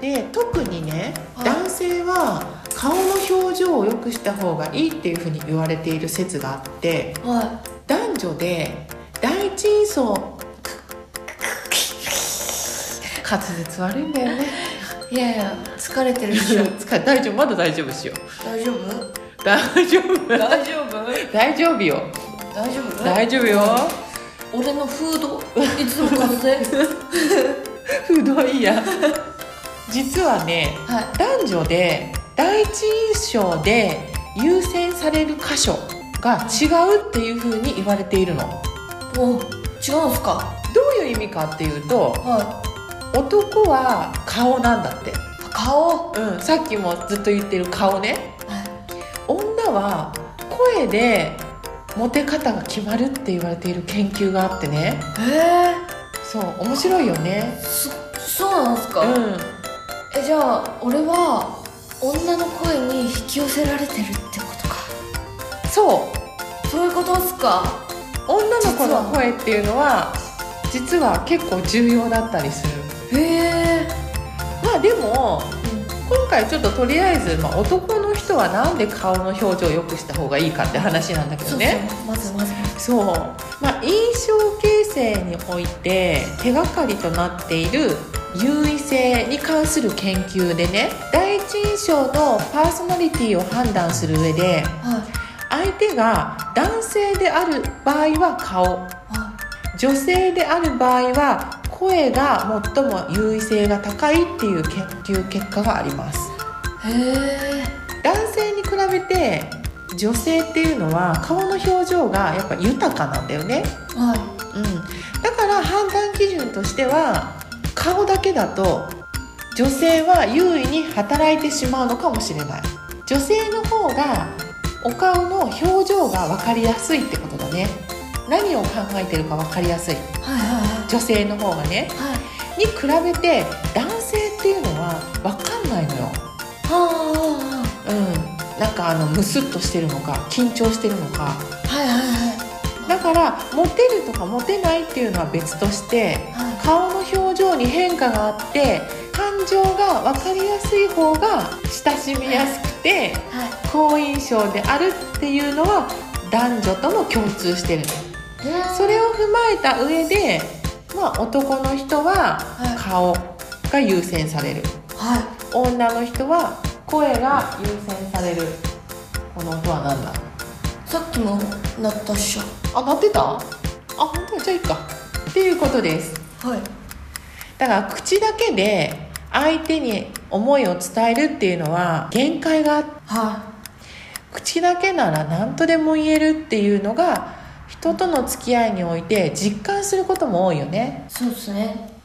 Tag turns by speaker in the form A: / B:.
A: で特にね男性は顔の表情を良くした方がいいっていうふうに言われている説があって
B: は
A: 男女で第一印象滑舌悪いんだよね
B: いいやいや疲れてるでしょ
A: 大丈夫まだ大丈夫っしよ
B: 大丈夫
A: 大丈夫
B: 大丈夫
A: 大丈夫よ
B: 大丈夫
A: 大丈夫 よ
B: 俺のフードいつも風邪
A: ふどいや実はね
B: はい
A: 男女で第一印象で優先される箇所が違うっていうふうに言われているの
B: お違うんすか
A: どういう意味かっていうと
B: は
A: 男は顔なんだって、
B: い顔
A: うん、さっきもずっと言ってる顔ね
B: は
A: 女は声でモテ方が決まるって言われている研究があってね
B: いえ
A: そう面白いよね
B: ー、そそうなんすか、
A: うん
B: えじゃあ俺は女の声に引き寄せられてるってことか
A: そう
B: そういうことっすか
A: 女の子の声っていうのは実は結構重要だったりする
B: へえ
A: まあでも
B: ー、
A: 今回ちょっととりあえず、まあ、男の人はなんで顔の表情を良くした方がいいかって話なんだけ
B: そ
A: ど
B: う
A: ね
B: そうまずまず
A: そうまあ、印象形成において手がかりとなっている優位性に関する研究でね第一印象のパーソナリティを判断する上で
B: はい
A: 相手が男性である場合は顔
B: は
A: 女性である場合は声が最も優位性が高いっていう研究結果があります
B: いへえ
A: 男性に比べて女性っていうのは顔の表情がやっぱ豊かなんだよね、
B: ー、はい
A: うん、だから判断基準としては顔だけだと女性は優位に働いてしまうのかもしれない女性の方がお顔の表情が分かりやすいってことだね何を考えてるか分かりやすい
B: はいは
A: 女性の方がね
B: いはいはい
A: に比べて男性っていうのは分かんないのよ
B: は
A: うんなんかあのムスッとしてるのか緊張してるのか
B: あはいはいは
A: だからモテるとかモテないっていうのは別として
B: いはい
A: 顔の表情に変化があって感情が分かりやすい方が親しみやすくて
B: はい
A: 好印象であるっていうのは男女とも共通してるの
B: はい
A: それを踏まえた上で、まあ、男の人は
B: はい
A: 顔が優先される
B: はい
A: 女の人は声が優先されるこの音は何だ
B: さっきも鳴ったっしょ
A: あ鳴ってたあ本当じゃあいいかっていうことです
B: はい
A: だから口だけで相手に思いを伝えるっていうのは限界があって
B: は
A: 口だけなら何とでも言えるっていうのが人との付き合いにおいて実感することも多いよね
B: いそうですね